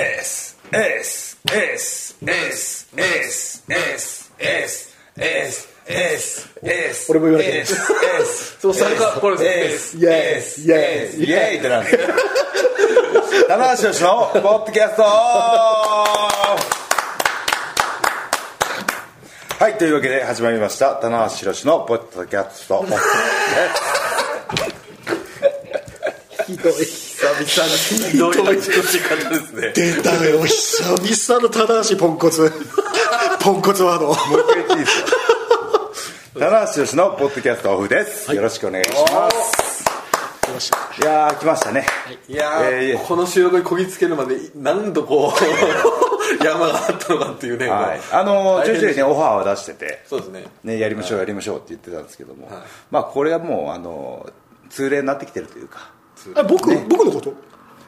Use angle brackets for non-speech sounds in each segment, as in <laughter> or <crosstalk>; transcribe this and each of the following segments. エースエースエースエースエースエースエースエースエース俺も言われてるエースエースそうそれかこれエーですスイエースイエースイエースイエーイってなる棚橋宏のポッドキャストはいというわけで始まりました棚橋宏のポッドキャストひどい久々にひどい立ち方ですね出たよ久々の棚橋ポンコツポンコツワードもう一回言っていいですか棚橋宏のポッドキャストオフです、よろしくお願いしますいやー来ましたね、いやー、えーこの収録にこぎつけるまで何度こう山があったのかっていうね、はい、あのー大徐々変でにしねオファーは出しててそうですねね、やりましょうやりましょうって言ってたんですけども、まあこれはもうあのー通例になってきてるというかあ僕僕のこと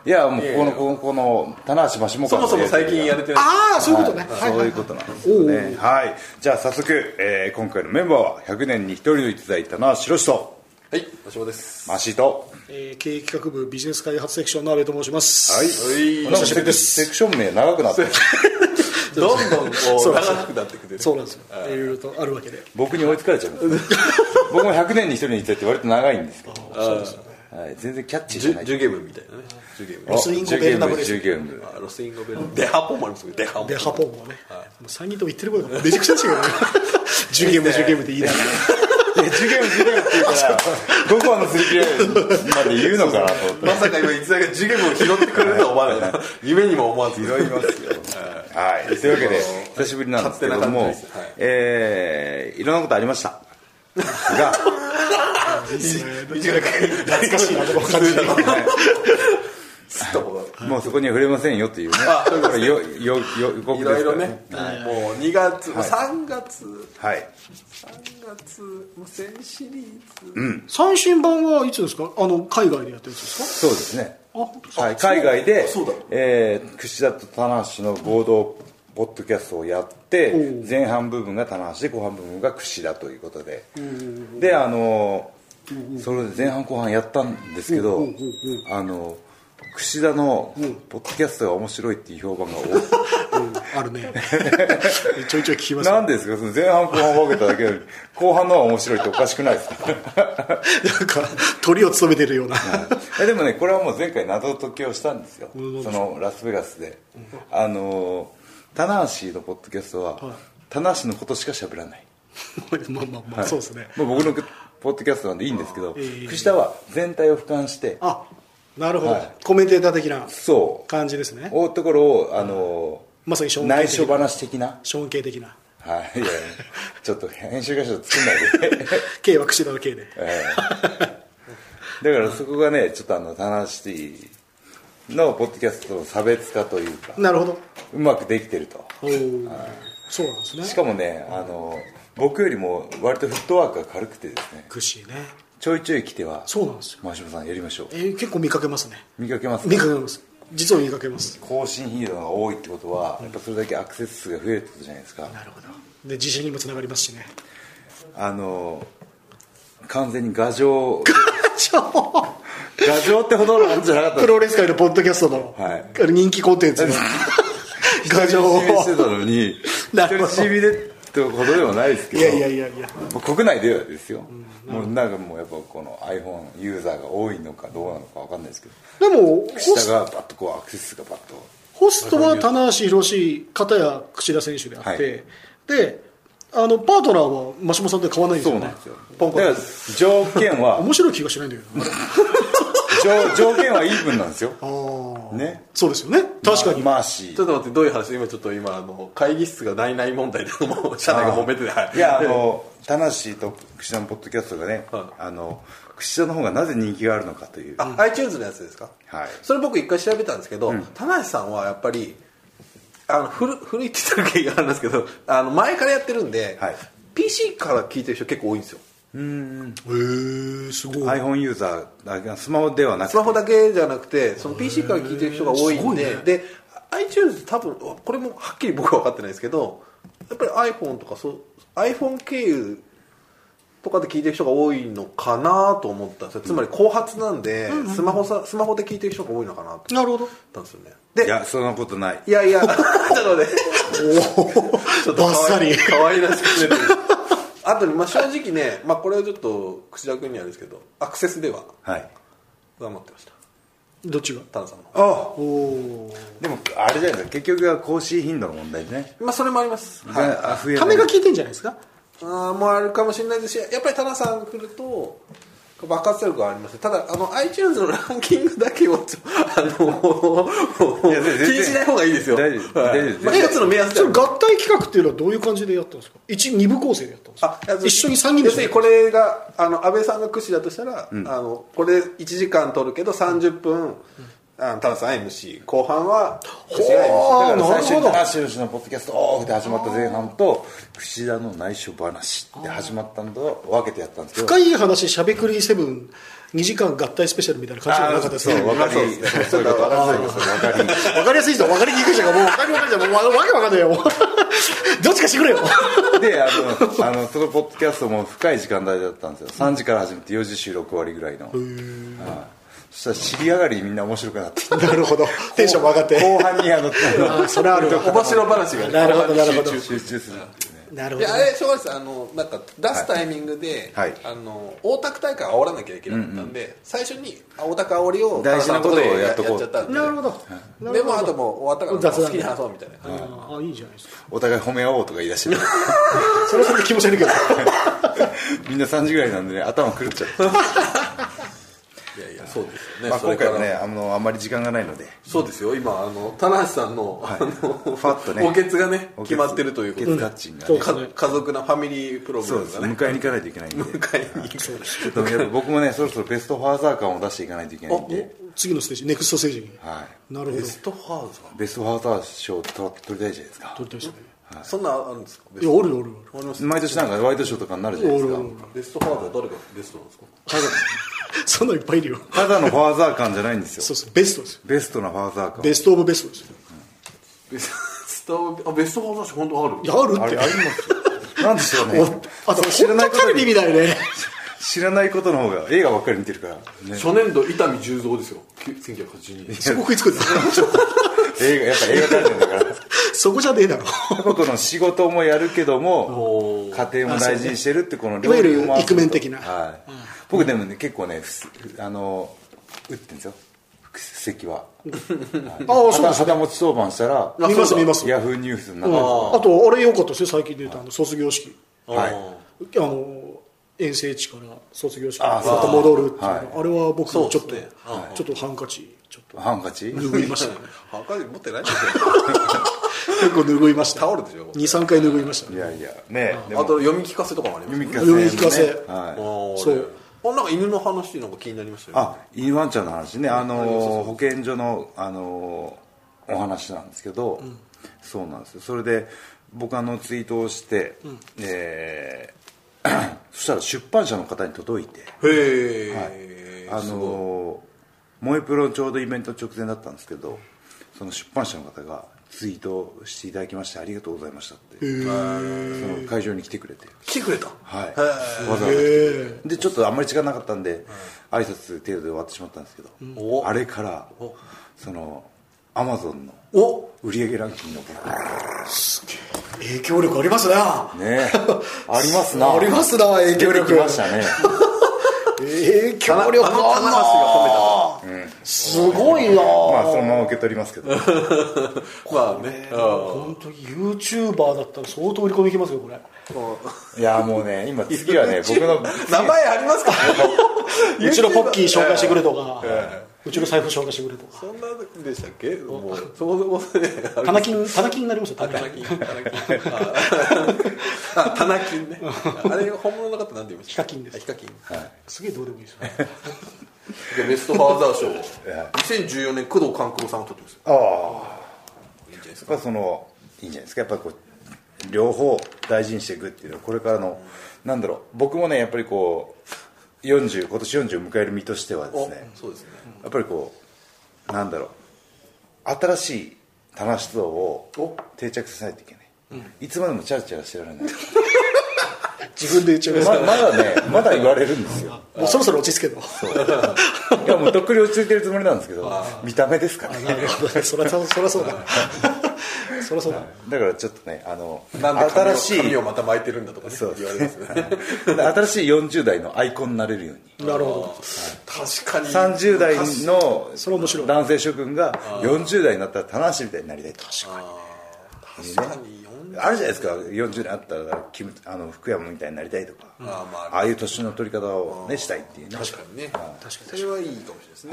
いやもういやいこやのこのこの棚橋真下そもそも最近やれてないああそういうことねはいそういうことなんですよねはいじゃあ早速、えー今回のメンバーは100年に一人のいただいた棚橋宏とはい私もですマシとえー経営企画部ビジネス開発セクションの阿部と申しますはいはいなんかセクセクション名長くなってるどんどんこそううです長くなってくてそうなんですよいろいろとあるわけで僕に追いつかれちゃうんですよ僕も100年に一人にいたって割と長いんですけど、そうですねはい、全然キャッチージじゃなュいジュゲームみたいなねジュゲームあロスインゴベルナブレスジュゲームジュゲームあロスインゴベルデハポンもありますけどデハポンでハポンもねもう3人とも言ってることがめちゃくちゃですけ <laughs> どねジュゲームジュゲームって言いながらいやジュゲームジュゲームって言うから5個のすり切れまで言うのかなと思ってまさか今いつだけジュゲームを拾ってくれるとは思わないな夢にも思わず拾いますよはいというわけで久しぶりなんですけども、勝手な感じですはいえーいろんなことありましたが短く懐かしいなこの感じすっとこうもうそこには触れませんよっていうねあそういうことこれよよよ予告ですいからろいろね、もう2月、もうい3月、はい3月、無線シリーズ、最新版はいつですかあの海外でやってるやつですかそうですねあ本当ですかはい、海外でそうだ、えー、櫛田と棚橋の合同ポッドキャストをやって前半部分が棚橋で後半部分が櫛田ということでであのーそれで前半後半やったんですけどあのー櫛田のポッドキャストが面白いっていう評判が <laughs> 多ある <laughs> ねちょいちょい聞きまいすななんですかその前半後半分けただけなのに後半のは面白いっておかしくないですかんか鳥を務めてるような <laughs> えでもねこれはもう前回謎解きをしたんですようんそのラスベガスで、あのー棚橋のポッドキャストは、棚橋のことしか喋らない、 <laughs> まあまあまあ、そうですねまあ、僕のポッドキャストなんでいいんですけどええ藤田は全体を俯瞰してあなるほど、はいコメンテーター的なそう感じですねおところを、あのーまさにショーン内緒的な話的なショーン系的なはいいやちょっと編集会社作んない <laughs> で K は櫛田の K で、ええだからそこがねちょっとあの棚橋のポッドキャストの差別化というかなるほどうまくできてるとおーそうなんですねしかもねあの僕よりも割とフットワークが軽くてですねクシーねちょいちょい来てはそうなんですよ、真島さんやりましょうえー結構見かけますね見かけます見かけます実は見かけます更新頻度が多いってことはやっぱそれだけアクセス数が増えるってことじゃないですかなるほどで自信にもつながりますしね <laughs> あの完全に牙城超牙城ってほどのもんじゃなかったプロレス界のポッドキャストの、はいあの人気コンテ <laughs> ンツの画像を一人してたのになるほど一人しびれってほどでもないですけいどやいやいやいやもう国内ではですよ、もうなんかもうやっぱこの iPhone ユーザーが多いのかどうなのか分かんないですけどでもホ下スがバッとこうアクセス数がバッとホストは棚橋宏片や櫛田選手であって、であのパートナーは真下さんと変わらないんですそようねなんですよポンコツだから条件は <laughs> 面白い気がしないんだけどな条条件はイーブンなんですよあーねそうですよね確かに、まあマーシちーょっと待って、どういう話今ちょっと今、あの、会議室がないない問題で、もう、社内が揉めてて、はいやあの田無と櫛田のポッドキャストがね、はあの櫛田の方がなぜ人気があるのかというあ、iTunes のやつですかはいそれ僕一回調べたんですけど、田無さんはやっぱり、あの、古、古いって言ったらがあるんですけど、あの、前からやってるんで、はい PC から聞いてる人結構多いんですよ。へーすごい iPhone ユーザーあスマホではなくスマホだけじゃなくてその PC から聞いてる人が多いすごんいねで、で iTunes 多分これもはっきり僕は分かってないですけどやっぱり iPhone とかそう iPhone 経由とかで聞いてる人が多いのかなと思ったんですよつまり後発なんで、スマホさスマホで聞いてる人が多いのかなと思っなるほどたんですよねいでやそんなことないいやいや <laughs> ちょっと待ってちょっとバッサリ可愛い可愛らしくねあとね、まあ、正直ね、まあ、これはちょっと櫛田君にはですけどアクセスでははい頑張ってましたどっちがタナさんのあおおでもあれじゃないですか結局は更新頻度の問題でね、まあそれもありますははいあ増えためが効いてんじゃないですかあーもうあるかもしれないですしやっぱりタナさん来ると爆発力はありますねただあの iTunes のランキングだけをちょあのいや全然気にしない方がいいですよ大丈夫はい大丈夫まあ、一つの目安でそはれ合体企画っていうのはどういう感じでやったんですか一二部構成でやったんですあか一緒に三人で要すすねるにこれがあの安倍さんが櫛だとしたら、あのこれ1時間取るけど30分、あのタナさん MC 後半は櫛が MC ほだーから最初になるほど話しのポッドキャストオフで始まった前半と櫛田の内緒話で始まったのと分けてやったんですけど深い話しゃべくりセブン2時間合体スペシャルみたいな感じじゃなかったですそう分かりそうそういうこと分かり分かりやすい人分かりにくい人がもう分かり分かりじゃんもうわわけわかんないよもう <laughs> どっちかしてくれよであのあのそのポッドキャストも深い時間帯だったんですよ3時から始めて4時収録終わりぐらいのはいそしたら尻上がりにみんな面白くなってなるほどテンションも上がって後半に <laughs> あのあーそれある面白話がなるほどなるほど集中するっていうねなるいほどやあれしょうがないですあのなんか出すタイミングで、はいはいあの大田区大会を煽らなきゃいけなかったんで、最初にあ大田区煽りを大事なことをやっとやこっうちゃったんでなるほどなでるほもどあともう終わったから雑好談きでに話そうみたいな、ああいいじゃないですかお互い褒め合おうとか言い出してそれはそれで気持ち悪いけど <laughs> みんな3時ぐらいなんでね頭狂っちゃっていやいやそうですよね、まあそ今れか回らはねあのあんまり時間がないのでそうですよ今あの棚橋さんの,、あのファッとねおけつがねおけつ決まってるということおけでつガッチンがねそうか家族なファミリープログそラうでムすがね <laughs> 迎えに行かないといけないんで迎えに行くちょっとやっぱ僕もねそろそろベストファーザー感を出していかないといけないんで次のステージネクストステージにはいなるほベどストハウスベストファーザー賞と取りたいじゃないですか取りたいですねそんなあるんですかいベスやトおるよおるよおるあります毎年なんかワイドショーとかになるじゃないですかベストハウスは誰がベストなんですかそんなのいっぱいいるよただのファーザー感じゃないんですよそうそうベストですよベストなファーザー感ベストオブベストですよベストあベストハウス本当あるいやあるあっれてあり <laughs> ますなんでしょうおねあと知らないこ本と当テにレビみたい <laughs> ね知らないことの方が映画ばっかり見てるから、ね、初年度伊丹十三ですよ1982年そこ食いつくんだ映画やっぱ映画関連だからそこじゃねえだろこの仕事もやるけどもお家庭も大事にしてるってこのいわゆる両方回すイクメン的なはい僕でもね結構ねふすあの打ってんですよ席はああそう肌です肌持ち当番したら見ます見ますヤフーニュースになうっんてるあとあれ良かったですよ最近で言うとあの卒業式はいあの遠征地から卒業式にあまそうた戻るっていうのはいあれは僕もちょっそうとですねはいちょっとハンカチちょっとハンカチ拭いま <laughs> したね赤い持ってないんですよ結構拭いま <laughs> したタオルでしょ23回拭いましたいねやいやねであもと読み聞かせとかもあります読み聞かせ,、読み聞かせはい、そうあなんか犬の話なんか気になりましたよねあ犬ワンちゃんの話ねあの保健所のあのお話なんですけど、そうなんですよそれで僕あのツイートをして、えー <clears throat> そしたら出版社の方に届いてへえあの萌えプロちょうどイベント直前だったんですけどその出版社の方がツイートしていただきましてありがとうございましたってその会場に来てくれて来てくれたはいわへざわざ来てくれてでちょっとあんまり時間なかったんで挨拶程度で終わってしまったんですけどおあれからそのアマゾンのお売上ランキングの影響力ありますなね <laughs> ありますなありますな影響力出てきましたね影響あ力の棚橋が褒めすごいなまあそのまま受け取りますけ <laughs> どたまあねあ本当に YouTuber だったら相当売り込みいきますよこれいやもうね今次はね僕のー名前あり <laughs> ますかうちのポッキー紹介してくれとかうちの財布紹介してくれとかそんなでしたっけもうそもそもねあ棚金棚金になりますよ棚タナ金キン、タナキン。あ、タナキンね。 <laughs> あれ、本物の方なんて言いましたヒカキンですあヒカキン。すげえどうでもいいですよでベストファーザー賞。2014年、工藤官九郎さんが取ってますよ。ああいいんじゃないですやっぱりそのいいんじゃないですかやっぱりこう両方大事にしていくっていうのはこれからの、なんだろう僕もねやっぱりこう40今年40を迎える身としてはですかね。おそうですね。やっぱりこうなんだろう新しい棚出動を定着させないといけない、いつまでもチャラチャラしてられない自分で言っちゃいますままだねまだ言われるんです <laughs> よもうそろそろ落ち着けといやもうとっくに落ち着いてるつもりなんですけど見た目ですからなねるほどねそりゃそうそりゃそうだ <laughs> そりゃそうだだからちょっとねあのなんで髪を新しい髪をまた巻いてるんだとかねそう言われますね <laughs> 新しい40代のアイコンになれるようになるほ確かに30代のそれ面白い男性諸君が40代になったら棚橋みたいになりたいと確かに40あるじゃないですか40代になったらキムあの福山みたいになりたいとかんあーまあああいう年の取り方をねしたいっていうね確かにねはい確それはいいかもしれないですね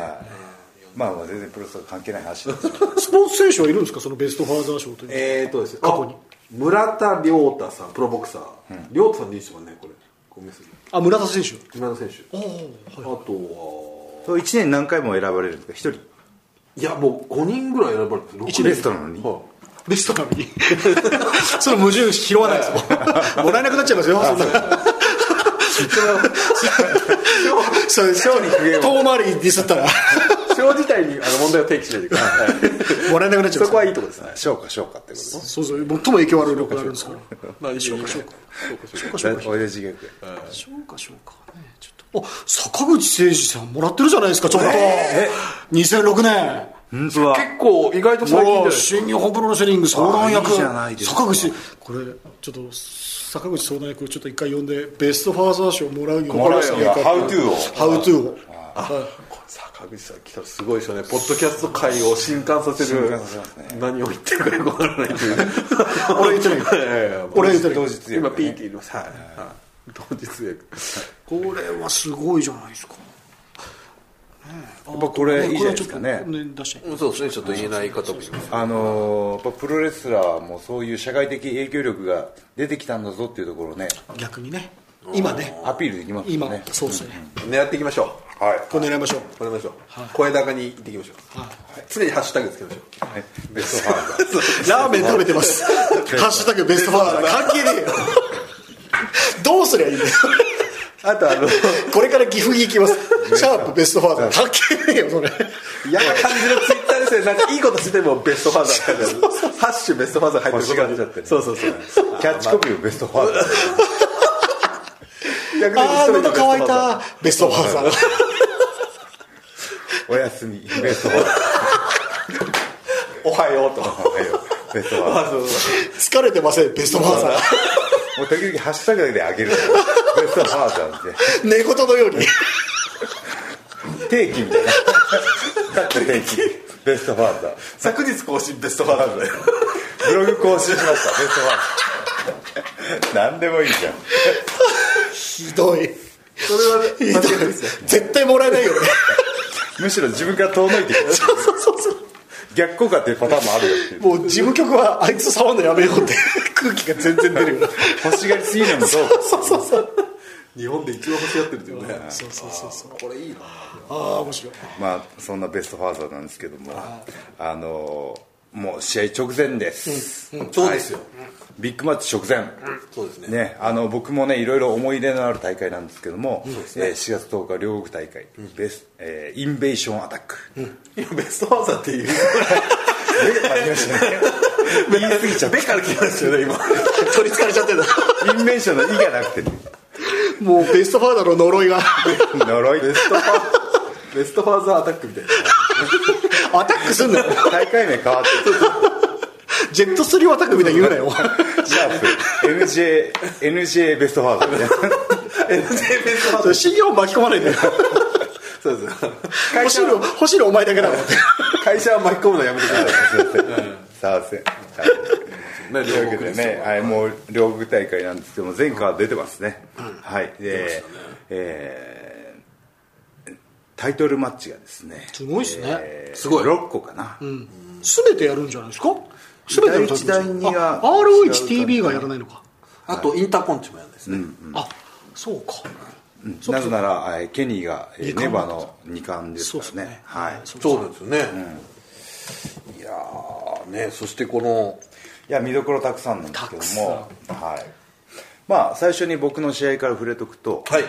まあまあ全然プロレスとは関係ない話ですけどどスポーツ選手はいるんですかそのベストファーザー賞というえーとですね過去にあ村田亮太さんプロボクサー亮太さんでいいですかねこれごめんなさいあ村田選手村田選手ああとはそう1年に何回も選ばれるんですか1人いやもう5人ぐらい選ばれてる一レストなのにはベストなのに <laughs> その矛盾拾わないです <laughs> もんもらえなくなっちゃいますよそんなそれ賞に遠回りにディスったらいそれ自体にあの問題を提起しないでくださいもらえなくなっちゃいますそこはいいとこですね消化消化ってことですそうそう最も影響悪い力があるんですからまあ一応そうかそうかそうかそうかおやじギャグそうかそうかねちょっとあ坂口誠二さんもらってるじゃないですかちょっと、2006年本当だ結構意外と最近じゃもないう新日本プロレスリング相談役あいいじゃないですか坂口これちょっと坂口相談役ちょっと一回呼んでベストファーザー賞もらうようにもらうよいいかってハウトゥーをハウトゥーをこれ坂口さん来たらすごいですよねポッドキャスト界を震撼させる震撼させますね何を言ってくれるかわからないという俺言ってない <laughs> いやいやいや俺言ってない同日訳ね今ピーって言いますはいはい同日訳これはすごいじゃないですかやっぱこれいいじゃないですかねこれはちょっと出してそうですねちょっと言えない方もいますあのーやっぱプロレスラーもそういう社会的影響力が出てきたんだぞっていうところをね逆にね今ねアピールできます今よねそうですね狙っていきましょうはいこれ狙いましょうこれましょう声高に行っていきましょう常にハッシュタグつけましょうはいベストファーザーラーメン食べてます。ハッシュタグベストファーザー関係ねえよ。どうすりゃいいんだよ。あと <laughs> あのこれから岐阜に行き <laughs> ます。シャープベストファーザー関係ねえよ、 <laughs> それ。嫌な感じの <laughs> ツイッターですねなんかいいことしててもベストファーザーって書いてあるハッシュベストファーザー入ってることになっちゃってるそうそう <laughs> そうキャッチコピーをベストファー <laughs> ザー逆にあー、喉乾いベストファーザーた。ベストファーザー。おやすみベストファーザーおはようとかおはようベストファーザー疲れてません、ベストファーザもう時々ハッシュタグだけで上げるベストファーザーってー。寝言のように。定期みたいなかっこ定期ベストファーザー昨日更新ベストファーザーでブログ更新しましたベストファーザー何でもいいじゃんひどい。それはねひどい間違いないですよ。絶対もらえないよ <laughs> ね。むしろ自分から遠のいてくるそうそうそうそう。逆効果っていうパターンもあるよっていうもう事務局はあいつ触るのやめようって空気が全然 <laughs> 出るよ。欲しがりすぎるのもどうかそうそうそう。日本で一番欲しがってるっていうねそうそうそうそう。これいいなああ、面白い。まあそんなベストファーザーなんですけどもあのもう試合直前です、そうですよビッグマッチ直前、そ <laughs> うですねね、あの僕もねいろいろ思い出のある大会なんですけども、えー4月10日両国大会、ベスえーインベーションアタック、いやベストファーザーっていう <laughs> え間違えましたね言い過ぎちゃっ <laughs> 目から来ましたよね今取りつかれちゃってん <laughs> だ。たインベーションの「イ」がなくて、ね、もうベストファーザーの呪いが <laughs> 呪いですベストファーザーアタックみたいなアタックすんなよ大会名変わってジェットスリーアタックみたいに言うなよシャープ NJ, NJ ベストファーザーみたいな NJ ベストファーそれ信用巻き込まないでよそうです欲会し社いの欲しいのお前だけだから会社は巻き込むのやめてくださすいませんさあせんいねというわけでね、はい、もう両国大会なんですけども前回は出てますね、はいで、えータイトルマッチがですねすごいですねえーすごい6個かな、全てやるんじゃないですか全てやる第一第二が ROHTV がやらないのかあとインターポンチもやるんですねあそうかそうなぜならえーケニーがえ二ー冠ネバーの2冠ですからねはい、そうなんですよねいやーねそしてこのいや見どころたくさんなんですけども、はいまあ、最初に僕の試合から触れとくと、はい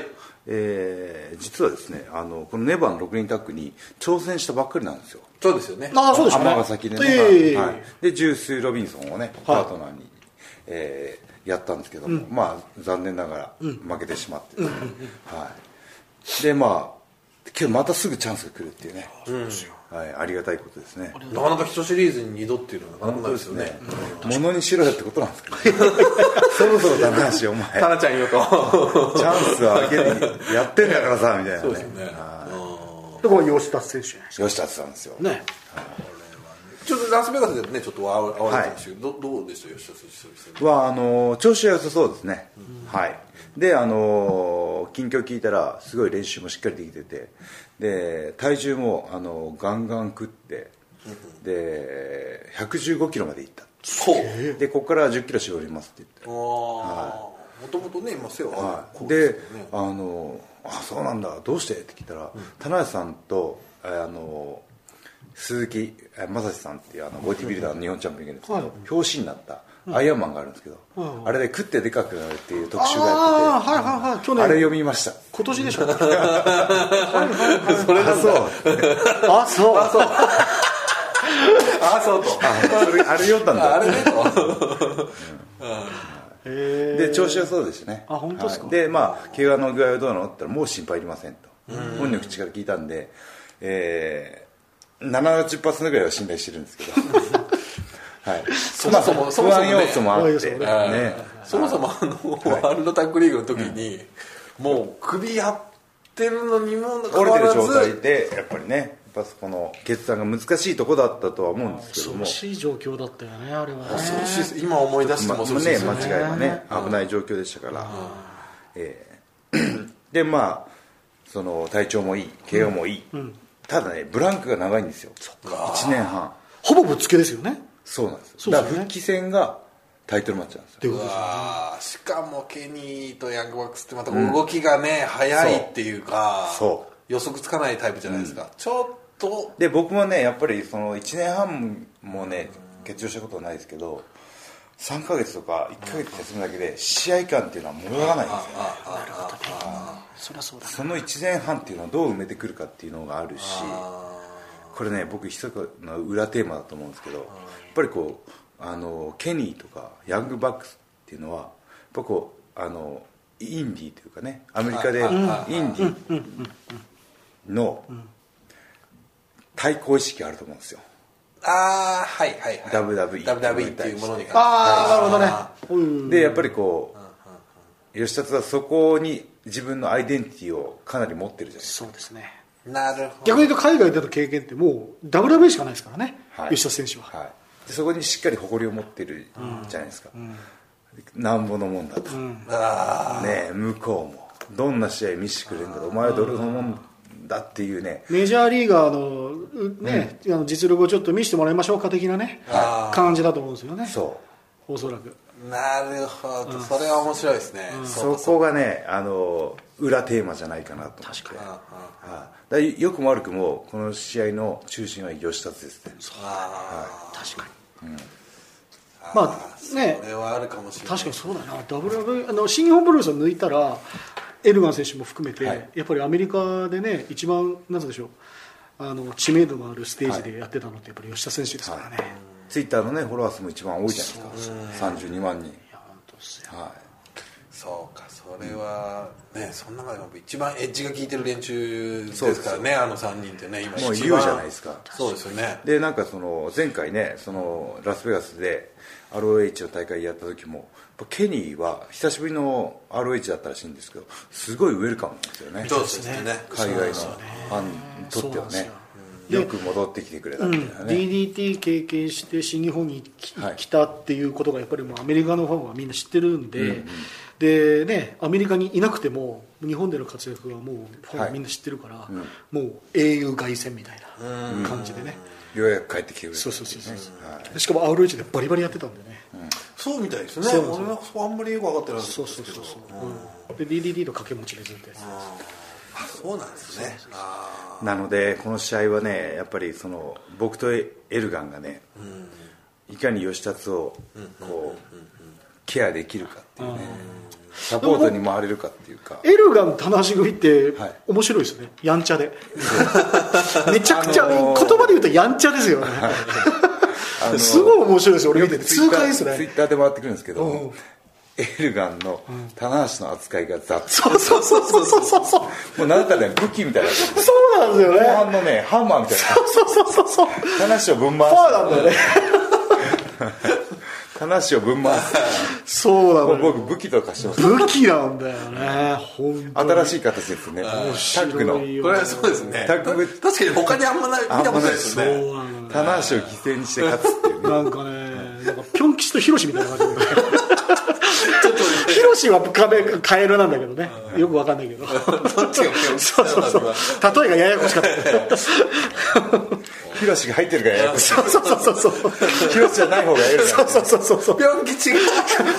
えー実はですねあのこのネバーの6人タッグに挑戦したばっかりなんですよそうですよねああそうですね尼崎でね、ええはい、でジュース・ロビンソンをねパートナーに、えーやったんですけども、まあ残念ながら負けてしまって、はい、でまあけどまたすぐチャンスが来るっていうね、はい、ありがたいことですねなかなか一シリーズに二度っていうのはなかなかないですよねものにしろよってことなんですけど、ね、 <laughs> そろそろ棚橋お前タナちゃんよとチャンスはあげにやってんだからさみたいなねでこれ吉田選手じゃないです吉田さんですよかねちょっとラスベガスでねちょっと会わ会われたんですけど、どどうでした吉田選手久々にはあの調子が良さそうですね、はいであの近況聞いたらすごい練習もしっかりできててで体重もあのガンガン食ってで115キロまでいったそうでここから1 0キロ絞りますって言ってもともとね今背はあはるい、方ですよねあのあそうなんだどうしてって聞いたら、棚橋さんとあの鈴木え正史さんっていうあのボディビルダーの日本チャンピオンがいるんですけど、はい表紙になったアイアンマンがあるんですけど、うんあれで食ってでかくなるっていう特集があやあーはいはいはい去っててあれ年読みました今年でしょそれなあんそだうあそうあそうあそうとあそれあれ読んだんあだあれねとへえで調子はそうですねあ本当ですかはいでまあ怪我の具合はどうなのって言ったらもう心配いりませんと本人の口から聞いたんでえー、70発ぐらいは信頼してるんですけどはいそもそもまあそもそも不安ね要素もあって不安要素あーねそもそもあのワールドタッグリーグの時に、もう首やってるのにもかか折れわてるら状態ずでやっぱりねやっぱこの決断が難しいとこだったとは思うんですけど恐もろしい状況だったよねあれはね恐ろしいです今思い出してまも恐ろしいねですよね間違いはね危ない状況でしたから、えー <clears throat> でまあその体調もいい怪我もいい、ただねブランクが長いんですよ1年半ほぼぶっつけですよねそうなんですそうですだよねから復帰戦がタイトルマッチなんですよっていうことですよあーしかもケニーとヤングバックスってまたこう動きがね、速いっていうかそう予測つかないタイプじゃないですか、ちょっとで僕もねやっぱりその1年半もね欠場したことはないですけど3ヶ月とか1ヶ月休むだけで試合感っていうのは戻らないんですよねそりゃそうだその1年半っていうのをどう埋めてくるかっていうのがあるしこれね僕一つの裏テーマだと思うんですけどやっぱりこうあのケニーとかヤングバックスっていうのはやっぱこうあのインディーというかねアメリカでインディーの対抗意識があると思うんですよああはいはいはい WWE WWE っていうものにああなるほどねうんでやっぱりこう吉達はそこに自分のアイデンティティをかなり持ってるじゃないですかそうですねなるほど逆に言うと海外での経験ってもう WB しかないですからね、はい吉田選手は、はい、でそこにしっかり誇りを持ってるじゃないですか、なんぼのもんだと、ねあえ向こうもどんな試合見せてくれるんだとお前はどれのもんだっていうねメジャーリーガーの,う、ねあの実力をちょっと見せてもらいましょうか的なねあー感じだと思うんですよねそおそらくーなるほどそれは面白いですね、うそうそこがねあの裏テーマじゃないかなと思って確かにあはい、だよくも悪くもこの試合の中心は吉達ですねあ確かーまあーねそれはあるかもしにれない確かにそうだな WB あの新日本プロレスを抜いたらエルガン選手も含めて、はいやっぱりアメリカでね一番なんて言うんでしょうあの知名度のあるステージでやってたのってやっぱり吉田選手ですからね、い、ツイッターのねフォロワー数も一番多いじゃないですか32万人や本当ですよはいそうかそれはねその中でも一番エッジが効いてる連中ですからねあの3人ってね今もう一言番うじゃないですかそうですよねでなんかその前回ねそのラスベガスで ROH の大会やった時もやっぱケニーは久しぶりの ROH だったらしいんですけどすごいウェルカムなんですよねそうですね海外のファンにとってはそうなんですねよよく戻ってきてくれたみたいなね、 DDT 経験して新日本に来,、はいたっていうことがやっぱりもうアメリカのファンはみんな知ってるんで、でねアメリカにいなくても日本での活躍はもうファンはみんな知ってるから、もう英雄凱旋みたいな感じでね、ようやく帰ってきてくれたそうそうそうそう、はいしかも RH でバリバリやってたんでね、そうみたいですねそうなんですよ俺はそうあんまりよく分かってないんですけそうそどうそうそう、うんで DDT と掛け持ちでずっとやってたあそうなんですねあなのでこの試合はねやっぱりその僕とエルガンがね、いかに吉達をこうケアできるかっていうねサポートに回れるかっていうかエルガン棚橋組ってはい面白いですよね、やんちゃ <laughs> でめちゃくちゃ、あのー言葉で言うとやんちゃですよね、あのすごい面白いですよ俺よ見てくてツイッ痛タ快でーツすイねッターで回ってくるんですけど、エルガンの棚橋の扱いが雑、そうそうそうそうそうそうそうもうなんかね武器みたいななんですよ後ね半のねハンマーみたいそうそうそうそうそうな棚橋をぶん回そうなすんだよね棚橋をぶん回すそうなものうよ僕武器とかしてます武器なんだよね本当に新しい形ですねタッグの面白いよこれはそうですねタッグ確かに他にあんまない見たことないですあんまよねそうなのよ棚橋を犠牲にして勝つっていうね <laughs> なんかねなんかピョン吉とヒロシみたいな感じでちょっとヒロシは壁カエルなんだけどねよくわかんないけどどっちがピョン吉そうそうそう例えがややこしかったヒロシが入ってるからややこしいそうそうそうそうそうヒロシじゃない方がエルガンそうそうそうそうピョン吉 <laughs> が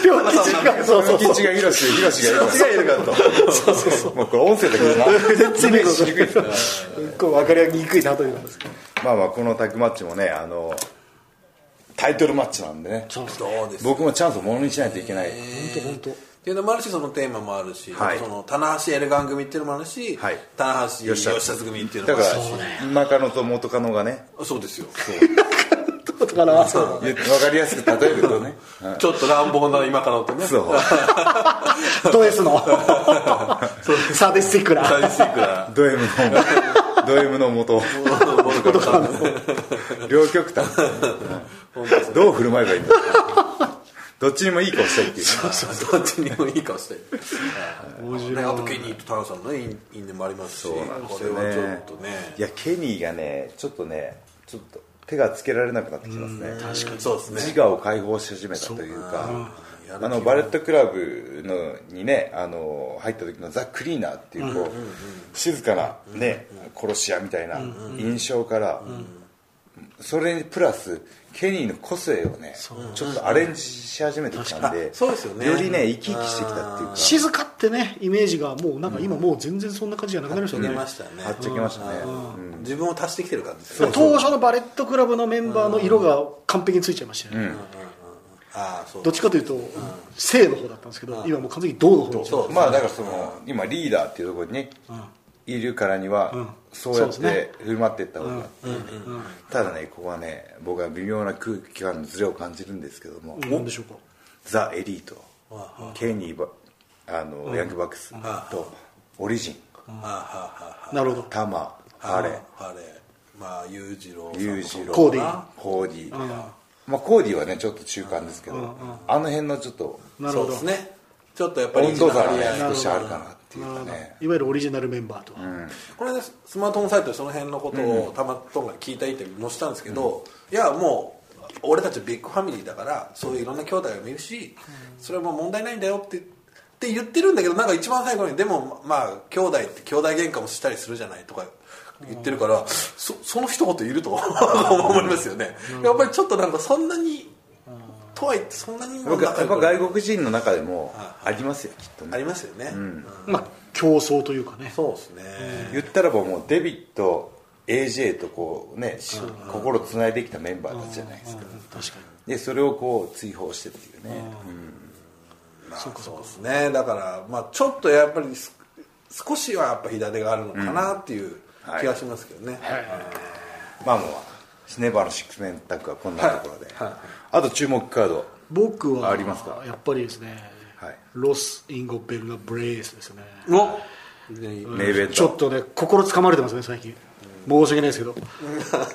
ピョン吉がそうそうキンチがヒロシでヒロシがエルガン違いるかとそうそうそうもうこれ音声だけどな全然イメージしにくいですね分かりにくいなというなんですけどまあまあこのタッグマッチもねあのタイトルマッチなんでねどうです僕もチャンスをものにしないといけない本当本当っていうのもあるしそのテーマもあるし、はいその棚橋エルガン組っていうのもあるし、はい棚橋吉吉田田組っていうだのもかあるしら中野と元カノがねそうですよだからそう分かりやすく例える <laughs> とねちょっと乱暴な今からとねそうド S のサービスティックな大好きからド M のド M の元元から両極端どう振る舞えばいいんだどっちにもいい顔したいっていうねどっちにもいい顔して面白いねあとケニーと棚橋さんのね因縁もありますしそうなんでこすれよはちょねっとねいやケニーがねちょっとねちょっと手がつけられなくなってきますね確かにそうですね自我を解放し始めたというかそううんあのバレットクラブのにねあの入った時のザ・クリーナーっていうこう静かな、ね殺し屋みたいな印象から、それにプラスケニーの個性をねちょっとアレンジし始めてきたんでそうですよねよりね生き生きしてきたっていうか静かってねイメージがもうなんか今もう全然そんな感じじゃなくなりましたよ出ねましたねはっちゃけましたね、うん自分を足してきてる感じです当ね初のバレットクラブのメンバーの色が完璧についちゃいましたよね、ああそうどっちかというと正の方だったんですけど、今もう完全に銅の方にそうまあだからその今リーダーっていうところにねいるからには、そうやっそうでて振る舞っていった方が、ただねここはね僕は微妙な空気感のズレを感じるんですけども、何でしょうかザ・エリート、ケニーバあの、ヤングバックスと、オリジンああはあはなるほどタマハレあはあれまあ裕次郎さんと裕次郎コーディなコーディ、まあ、コーディはねちょっと中間ですけど、あの辺のちょっとなるそほうどですねちょっとやっぱり温度差がねなるほ少どしあるかなっていうかなるねほどいわゆるオリジナルメンバーと、これねスマートフォンサイトでその辺のことをたまとんが聞いたインタビューもしたんですけど、いやもう俺たちビッグファミリーだからそういういろんな兄弟もいるし、それはもう問題ないんだよってって言ってるんだけどなんか一番最後にでもまあ兄弟って兄弟喧嘩もしたりするじゃないとか言ってるから、そその一言いると <laughs> 思いますよね、やっぱりちょっとなんかそんなに、とはいってそんなにも僕は仲や良っくぱ外国人の中でもありますよきっとねありますよね、まあ競争というかねそうですね、言ったらばもうデビッド AJ とこうね、し心つないできたメンバーたちじゃないですか、うん確かでそれをこう追放してっていうね、まあ、そうですねだから、まあ、ちょっとやっぱりす少しはやっぱ火種があるのかなっていうはい気がしますけどね、まあもうシネバーのシックスメンタックはこんなところで、はいはいあと注目カード僕はありますかやっぱりですね、はいロス・インゴ・ベルナ・ブレイスですねのメイベントちょっとね心つかまれてますね最近申し訳ないですけ <laughs>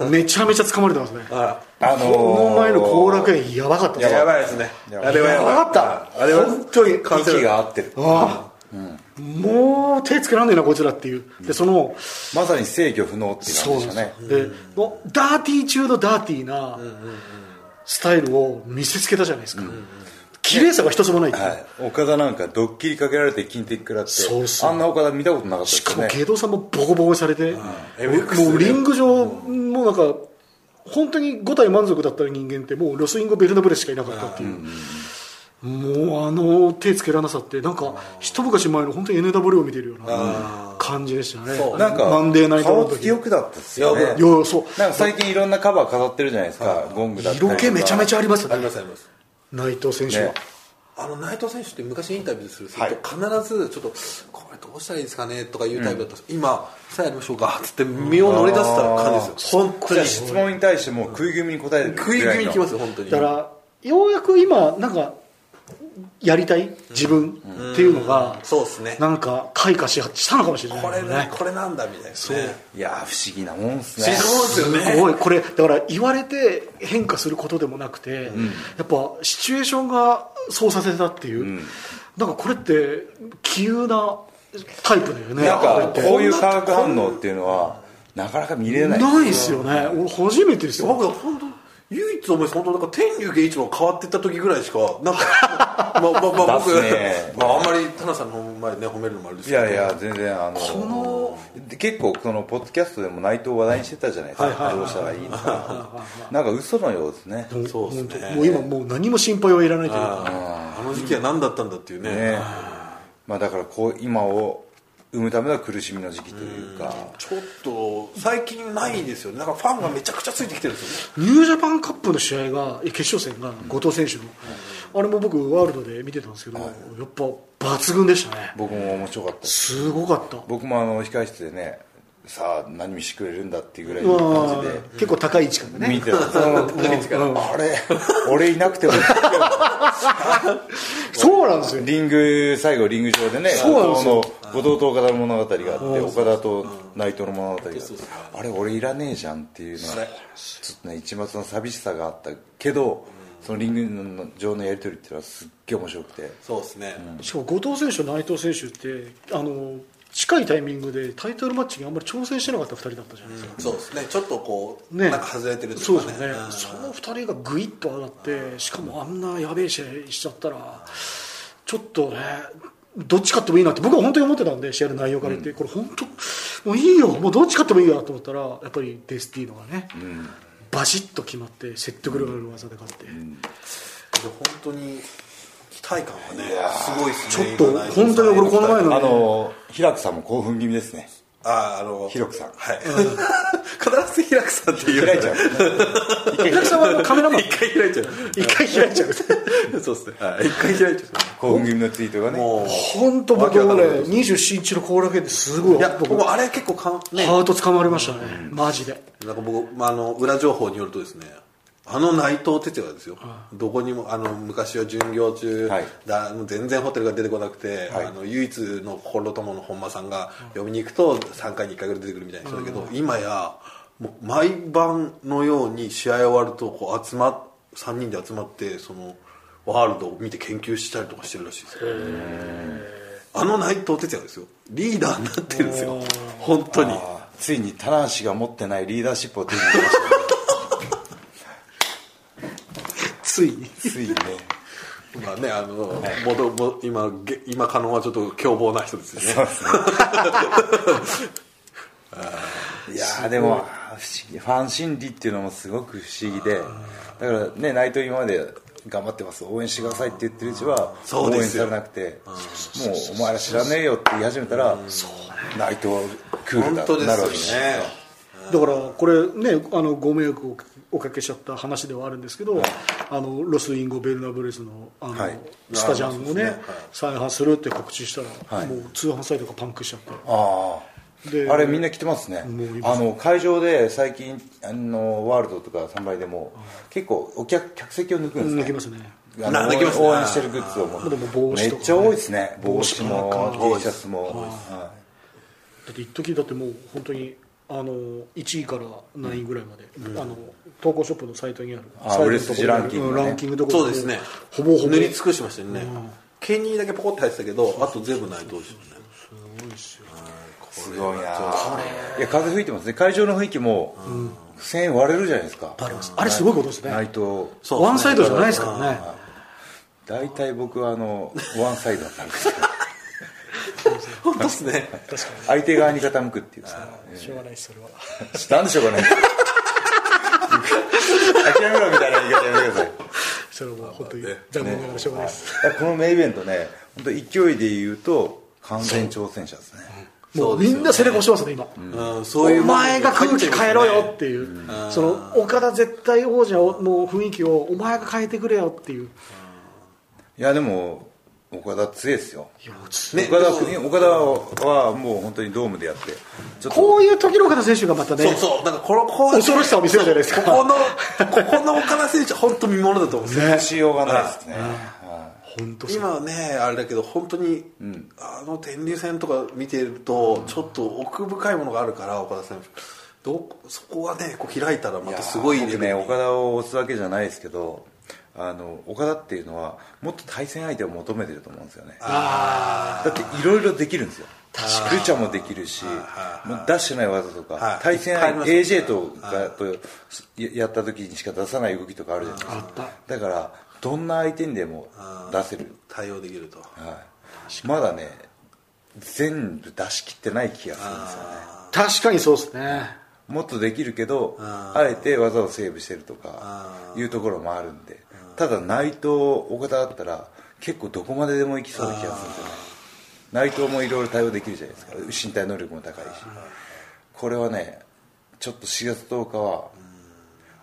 どめちゃめちゃつかまれてますねああのーこの前の後楽園やばかったですやばいですねやばいあれはやばいやばかったあれは本当に完成息が合ってるああ、もう手つけらんねえなこいつらっていうでそのまさに制御不能っていうそ感うじですしでたねよでのダーティー中のダーティーなスタイルを見せつけたじゃないですか綺麗さが一つもないっていうはい、岡田なんかドッキリかけられて金的食らってそうっすあんな岡田見たことなかったですしかねも芸道さんもボコボコにされて、 MX もうリング上、もうなんか、本当に5体満足だった人間って、もうロスインゴ・ベルナブレしかいなかったっていう、もうあの手つけらなさって、なんか、一昔前の本当に NW を見てるような感じでしたね、そうなんかマンデーナイトの顔つき時よくだったっすよよねくいやそうなんか最近いろんなカバー飾ってるじゃないですかゴングだったりとか色気めちゃめちゃありますあよりねま、すあります内藤選手は。ねあの内藤選手って昔インタビューすると、はい必ずちょっとこれどうしたらいいですかねとかいうタイプだったんです、今さあやりましょうかっつって身を乗り出した感じですよ本当じにゃあ質問に対してもう食い気味に答えてる食い気味にきますよ本当にだからようやく今なんかやりたい自分っていうのが、そうですねなんか開花ししたのかもしれないこれよねこれなんだみたいなねそういやー不思議なもんです不思ね議なもんですよねすごいこれだから言われて変化することでもなくて、やっぱシチュエーションがそうさせたっていう、なんかこれって奇遇なタイプだよねなんかこれってこういう化学反応っていうのはなかなか見れないないですよね俺初めてですよ僕本当唯一思いつ本当なんか天竜源一郎が変わってった時ぐらいしかなん <laughs> かまあまあまあ僕、出すね <laughs> まあ、あんまり田名さんの前ね褒めるのもあれですいけどやいや全然あので結構そのポッドキャストでも内藤を話題にしてたじゃないですはいはいはかいどうしたらいいのかなんか嘘のようですねそうっすね本当もう今もう何も心配はいらないというかあの時期は何だったんだっていうねねまあだからこう今を生むための苦しみの時期というかちょっと最近ないですよねなんかファンがめちゃくちゃついてきてるんですよニねュージャパンカップの試合がえ決勝戦が後藤選手の、あれも僕ワールドで見てたんですけど、やっぱ抜群でしたね僕も面白かったですすごかった僕もあの控室でねさあ何見してくれるんだっていうぐらいうのわ感じーで結構高い位置から見ねてたそのあれ俺いなくてもそうなんですよリング最後リング上でねそうなんですよ後藤の後藤と岡田の物語があって岡田と内藤の物語があってあれ俺いらねえじゃんっていうのはちょっとね一抹の寂しさがあったけどそのリング上のやり取りっていうのはすっげえ面白くてそうですね、しかも後藤選手と内藤選手ってあの近いタイミングでタイトルマッチにあんまり挑戦してなかった2人だったじゃないですか、そうですねちょっとこう、ねなんか外れてるといそううかですね、んその2人がぐいっと上がってしかもあんなやべえ試合しちゃったらちょっとねどっち勝ってもいいなって僕は本当に思ってたんで試合の内容から言って、これ本当もういいよもうどっち勝ってもいいよと思ったらやっぱりデスティーノがね、バシッと決まって説得力のある技で勝って、で本当に期待感はねすごいですねちょっと今内藤さん本当に俺この前あのの平久さんも興奮気味ですねああのひろきさんはい、 <laughs> 必ずひらくさんっていう開いちゃう平木さんはカメラマン一回開いちゃう一回開いちゃうそうですねはい一回開いちゃ興奮気味のツイートがうねもう本当僕はね27日の後楽園ですごいいや僕僕もあれ結構かんねハートつかまれましたね、マジでなんか僕、まあ、あの裏情報によるとですねあの内藤哲也がですよ、どこにもあの昔は巡業中、はいだもう全然ホテルが出てこなくて、はいあの唯一の心友の本間さんが呼びに行くと3回に1回ぐらい出てくるみたいな人だけど、今やもう毎晩のように試合終わるとこう集ま3人で集まってそのワールドを見て研究したりとかしてるらしいですよあの内藤哲也がですよリーダーになってるんですよ本当にあーついに棚橋が持ってないリーダーシップを手に入れましついにたついにねまあね、あの、もとも今、げ今、カノンはちょっと凶暴な人ですよね。いやーでもあー不思議ファン心理っていうのもすごく不思議でだからね内藤今まで頑張ってます応援してくださいって言ってるうちはそ応うで援すさよれなくてもうお前ら知らねえよって言い始めたら内藤はクールだ本当ですなるよわけじゃないね。だからこれねあのご迷惑をおかけしちゃった話ではあるんですけど、あのロス・インゴ・ベルナブレスのあの、はいスタジャンをねあーそうですねはい再販するって告知したら、はいもう通販サイトがパンクしちゃってあでああれみんな来てますねもういまあすの会場で最近あのワールドとかサンバイでも結構お客客席を抜くんですね抜きますねあなのできますね応援してるグッズを持ってでも帽子とかねめっちゃ多いですね帽子帽子ともか T シャツもはだって一時だってもう本当にあの1位から何位ぐらいまで、あの投稿ショップのサイトにあるあーサイトのところ売れ筋ランキングねうんランキングとかそうですね。ほぼほぼ塗り尽くしてましたよね。ケニーだけポコって入ってたけど、あと全部ないどうしようね。いすごいなぁいや風吹いてますね会場の雰囲気も1000円割れるじゃないですかありますあれすごいことですね内藤そうワンサイドじゃないですからね大体僕はあのワンサイドだったんですけど本当ですね。相手側に傾くっていうさしょうがないですそれ <laughs> なはんでしょうかね諦めろみたいな言い方やめて <laughs> くださいそれは本当に残念ながらしょうがないです、いやこの名イベントね本当勢いで言うと完全挑戦者ですねもうみんな背中押してますね今、うん、そういうお前が空気変えろよっっていう、その岡田絶対王者をの雰囲気をお前が変えてくれよっていういやでも岡田強いですよいや落ち着い岡田君岡田はもう本当にドームでやってちょっとこういう時の岡田選手がまたねそうそう。だからこの、こう恐ろしさを見せるじゃないですかここの、ここの岡田選手、本当見ものだと思うんですよ。しようがないですね、本当そう今はねあれだけど本当に、あの天竜戦とか見てると、ちょっと奥深いものがあるから岡田選手どこそこはねこう開いたらまたすごいレベ僕ルねに岡田を押すわけじゃないですけどあの岡田っていうのはもっと対戦相手を求めてると思うんですよねあだっていろいろできるんですよルチャもできるしもう出してない技とはかい対戦いっ相ぱいあり手ますよ AJ とかとややった時にしか出さない動きとかあるじゃないですあったかだからどんな相手にでも出せる対応できるとはいまだね全部出し切ってない気がするんですよねあ確かにそうですねもっとできるけどあえて技をセーブしてるとかいうところもあるんでただ内藤岡田だったら結構どこまででも行きそうな気がするんですよね内藤もいろいろ対応できるじゃないですか身体能力も高いしこれはねちょっと4月10日は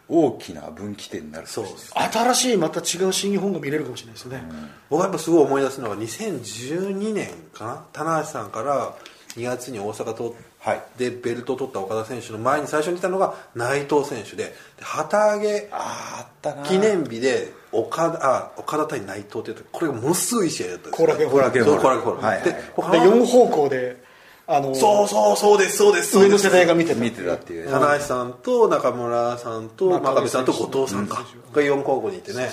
大きな分岐点になるかそうもでしれないす新しいまた違う新日本が見れるかもしれないですね、僕はやっぱすごい思い出すのが2012年かな棚橋さんから2月に大阪と、はいでベルトを取った岡田選手の前に最初にいたのが内藤選手でで旗揚げあーあったな記念日で岡田あ岡田対内藤っていうとこれがものすごいいい試合だったんです後楽園ホ後ール楽園そホーうル後楽園ホールはいはいでで他4の方向であのそうそうそうですそうですそう上でのす世代が見て見てたっていう棚橋さんと中村さんと真壁さんと後藤さんかが4高校にいてね、はい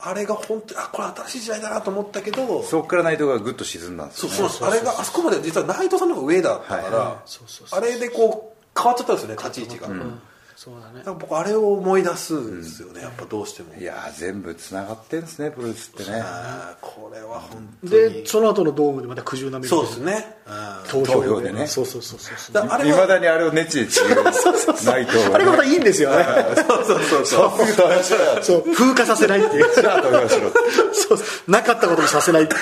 あれが本当にあこれ新しい時代だなと思ったけどそこから内藤がぐっと沈んだんですそうよねそうあれがあそこまで実は内藤さんの方が上だったから、そうそうそうあれでこう変わっちゃったんですよね立ち位置が、うんそうだねだから僕あれを思い出すんですよね、やっぱどうしてもいやー全部つながってんですねプロレスってねあーこれは本当にでその後のドームでまた苦渋な目そうですね、うん投票投票でねそうそうそうそうだからあいれまはだにあれをネチネチ言うそうそうそ内う藤がねあれがまたいいんですよね <laughs> そうそうそうそうそういう話だよそう風化させないっていうじゃあ投票しろってそうなかったことにさせないっていう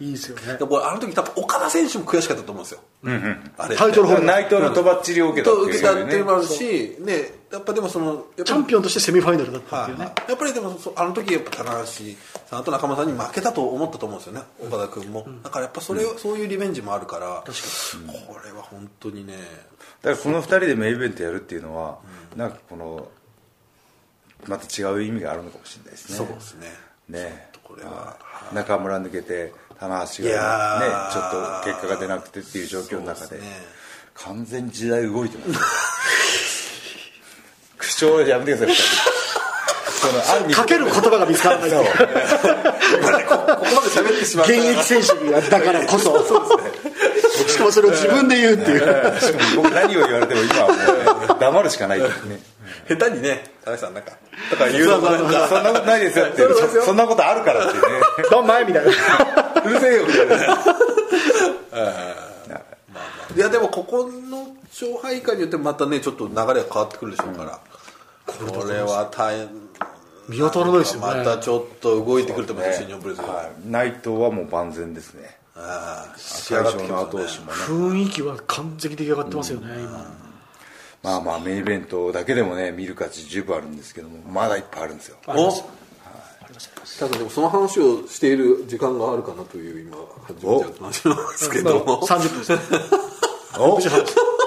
いいですよねで僕あの時多分岡田選手も悔しかったと思うんですよ、あれってタイトルホール内藤のとばっちりを受けたと受けたっていうのもねあるし、ね、やっぱでもそのやっぱチャンピオンとしてセミファイナルだったっはていいうはいねやっぱりでもそうあの時やっぱ棚橋さんと中村さんに負けたと思ったと思うんですよね岡田君も、だからやっぱそれを、そういうリベンジもあるからこれは本当にねだからこの2人でメインイベントやるっていうのはなんかこのまた違う意味があるのかもしれないですねそうですねねちょっとこれははい中村抜けて棚橋いがねやーちょっと結果が出なくてっていう状況の中そうでですね完全に時代動いてます口調やめてください二人その案にかける言葉が見つからないそうここまで喋ってしまっ現た役選手だからこそしかもそれを自分で言うっていうしかも僕何を言われても今はもうね黙るしかないっていうね下手にね棚橋さんなんかとか言うのもなんかそんなことないですよっていうそそんなことあるからっていうねどんまいみたいなうるせえよみたいないやでもここの勝敗以下によってまたねちょっと流れが変わってくるでしょうから、これは大変見当たらないですよねまたちょっと動いてくると思いますよ新日本プロレスがはい内藤はもう万全ですねああ仕上会がっ場てきのます後ね押しもね雰囲気は完全に出来上がってますよね今まあまあメインイベントだけでもね見る価値十分あるんですけどもまだいっぱいあるんですよありますおありますありますただでもその話をしている時間があるかなという今初めての話なんですけども、 30分 <laughs> ですお <laughs>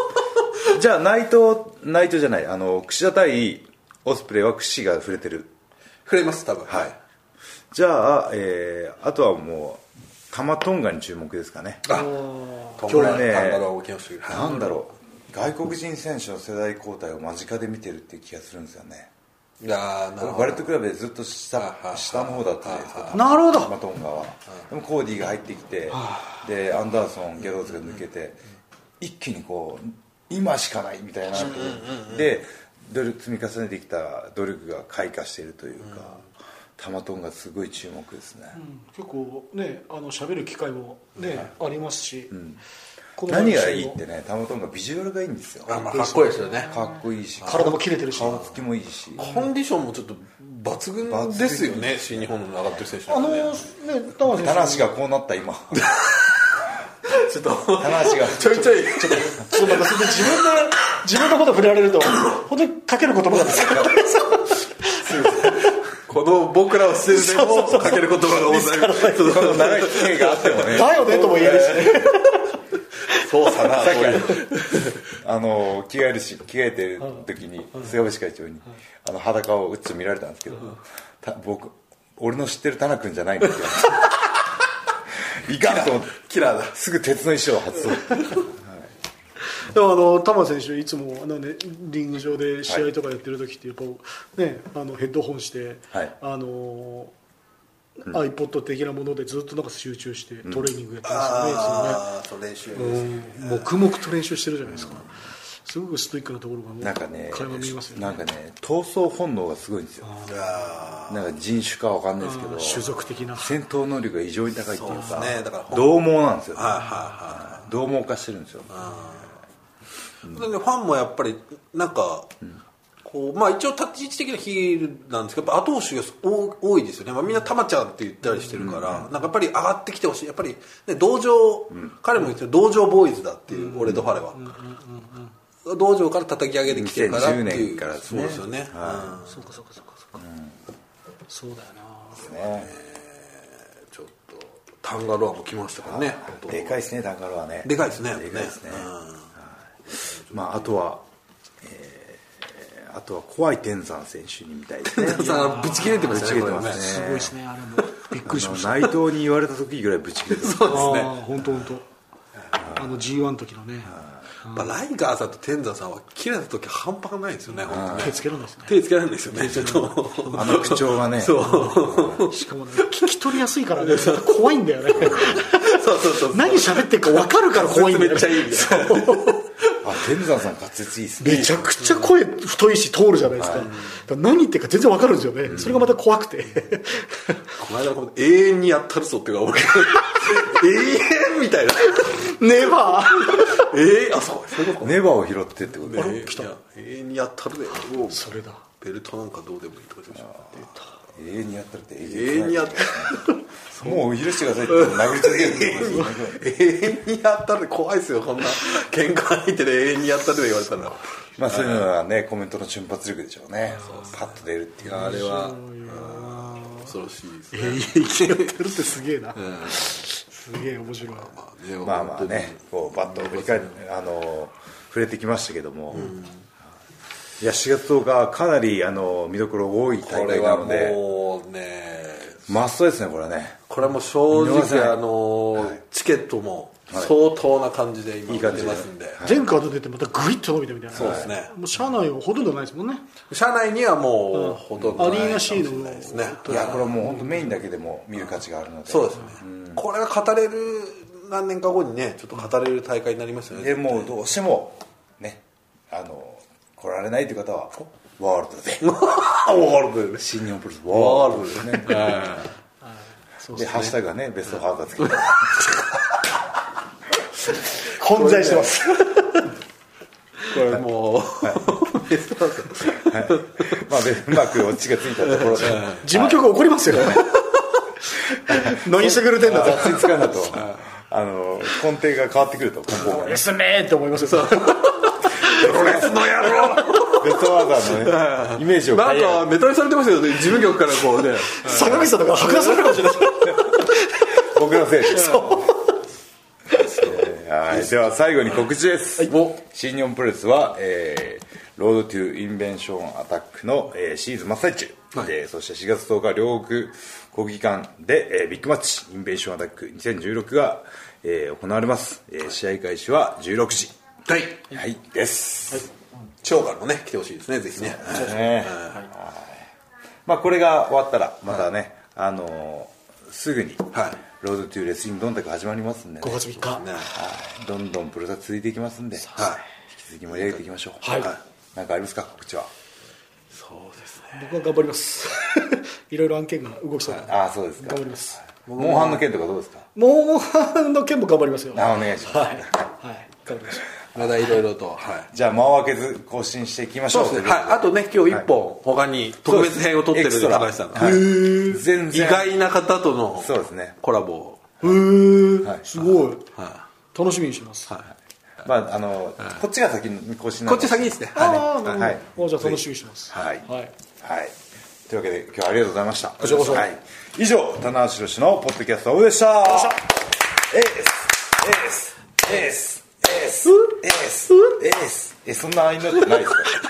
じゃあ内藤内藤じゃないあの櫛田対オスプレイは櫛が触れてる <laughs> 触れます多分はいじゃあ、えーあとはもう玉トンガに注目ですかね今あ今日日はねねタンガロアを起きましたけどなんだろう外国人選手の世代交代を間近で見てるっていう気がするんですよねいやーなるほバレッどトクラブでずっと下あはあ下の方だったじゃないですかなるほどマトンガはでもコーディが入ってきてでアンダーソンギャローズが抜けて一気にこう今しかないみたいなで努力積み重ねてきた努力が開花しているというかタマトンガすごい注目ですね結構ねあの喋る機会もねありますしこの何がいいってねタマトンガビジュアルがいいんですよあまあかっこいいですよねかっこいいし体も切れてるし顔つきもいいしコンディションもちょっと抜群ですよね新日本の上がってる選手あなんのかねね玉選手棚橋がこうなった今ちょっと棚橋がちょいちょいちょっとまたそれで自分で自分のこと触れられると本当にかける言葉が見つからないこの僕らを捨てるでもかける言葉がございますこの長い期間があってもねだよねとも言えるしそうさなさっこういうきあの着替えるし着替えてる時に菅渕会長にあの裸をうっちょ見られたんですけどた僕俺の知ってるタナ君じゃないんですよいかんと思ってキラーだすぐ鉄の石を発動でもあの玉選手いつもあの、ね、リング上で試合とかやってる時ってやっぱ、ね、あのヘッドホンして、はいあの iPod 的なものでずっとなんか集中してトレーニングやってまああそう練習ですすよね、いつもねうん黙々と練習してるじゃないですか、すごくストイックなところがもうなんかね垣間見えますよねなんかね闘争本能がすごいんですよあなんか人種かわかんないですけあどー種族的な戦闘能力が異常に高いっていうそかうですねだから獰猛なんですよあはいはいはい獰猛化してるんですよでねファンもやっぱりなんか、こうまあ一応立ち位置的なヒールなんですけどやっぱ後押しが多多いですよね、まあ、みんなたまちゃんって言ったりしてるから、なんかやっぱり上がってきてほしいやっぱり、ね、道場、彼も言ってる道場ボーイズだっていう、俺とファレは、道場から叩き上げてきてるからって2010いう年からですそうねですよね、うんそうかそうかそうかそうか、そうだよなねちょっとタンガロアも来ましたからねでかいですねダンカルはねでかいですねでかいですねうんまああとはえーあとは怖い天山選手にみたいですねさあぶち切れてましたぶねち切れてますねすごいですねあれ <laughs> もびっくりしましたあの内藤に言われた時ぐらいぶち切れてますそうですねああ本当本当あの G1 の時のねやっぱライガーさんと天山さんは切れた時半端がないですよね本当ね手つけられないですね手つけられないですよねちょっとあの口調がねしかもね聞き取りやすいからね怖いんだよね <laughs> そうそうそう何喋ってるか分かるから怖いんだよねめっちゃいいみたいなあ天山さん滑舌いいですねめちゃくちゃ声太いし通るじゃないですか,、何言ってるか全然分かるんですよね、それがまた怖くてこの間のこの永遠にやったるぞっていうか僕永遠みたいな <laughs> ネバーええあそうそういうことネバーを拾ってってことで、ねいや永遠にやったるでもうそれだベルトなんかどうでもいいとかでしょ永遠にやったるって永遠にやったもう許してくださいって <laughs> 殴り続けるってことですよね永遠にやったるで怖いですよこんな喧嘩相手で永遠にやったるで言われたらまあそういうのはねコメントの瞬発力でしょうねパッと出るっていうあれは恐ろしいですえねー、生きてるってすげえな、すげえ面白いまあまあねこうバッと振り返ってあの触れてきましたけども、いや4月10日はかなりあの見どころ多いこ大れ会なはのでもうねマストですねこれはねこれはもう正見逃せない直あのーチケットも相当な感じで今いい売感ってじでますんで全カード出てまたグイッと伸びたみたいなそうですねもう社内はほとんどないですもんね社内にはもうほとんどアなリいかーもナし C れのないですねいやこれはもう本当メインだけでも見る価値があるのでそうですねこれが語れる何年か後にねちょっと語れる大会になりますよねでもうどうしてもねあの来られないという方はワールド <laughs> でワールドで新日本プロレスワワーールルドドででねねそうでですハッシュタグはねベストハートつけて <laughs> 混在してますこれもうベストアウトまあ、でうまくオチがついたところで、事務局怒りますよ何してくれてんだと雑に使う <laughs> なと、あの、根底が変わってくると、今後もね。娘って思いますよプロレスの野郎ベストワーダーのね、イメージをなん変えようかメタルされてますよね事務局からこうね坂口さんとか剥奪されるかもしれない僕のせい <laughs> です。えーはい、では最後に告知です、お新日本プロレスは、えーロード・トゥ・インベンション・アタックの、えーシリーズ真っ最中、えーそして4月10日両国国技館で、えービッグマッチインベンション・アタック2016が、えー行われます、えー試合開始は16時はいはいです、長官もね来てほしいですねぜひねねまあ、これが終わったらまたね、あのーすぐに、はいロード・トゥ・レスリングどんたく始まりますんでね、 5月3日ねはいどんどんプロサ続いていきますんで、はい引き続き盛り上げていきましょうはいなんかありますか告知はそうですね僕は頑張ります <laughs> いろいろ案件が動きそうなんでああそうですか頑張りますモンハンの件とかどうですかモンハンの件も頑張りますよはいあお願いします、はい頑張りましょまだいろいろとはいじゃあ間を空けず更新していきましそょううですね、はい、あとね今日一本、他に特別編を撮ってるエクストラ高橋さんが、はい全意然外な方とのそうですねコラボをうへえ、はいすごいは楽しみにしてます、い、はいまああのこっちが先に更新なこんっでち先ですね、はい、ああなるほど、はいあじゃあ楽しみにしてますはいはいはいというわけで今日はありがとうございましたこちらこそはい、以上棚橋宏のポッドキャストオブでしたエースエースエースエースエースエースえそんな合いになってないですか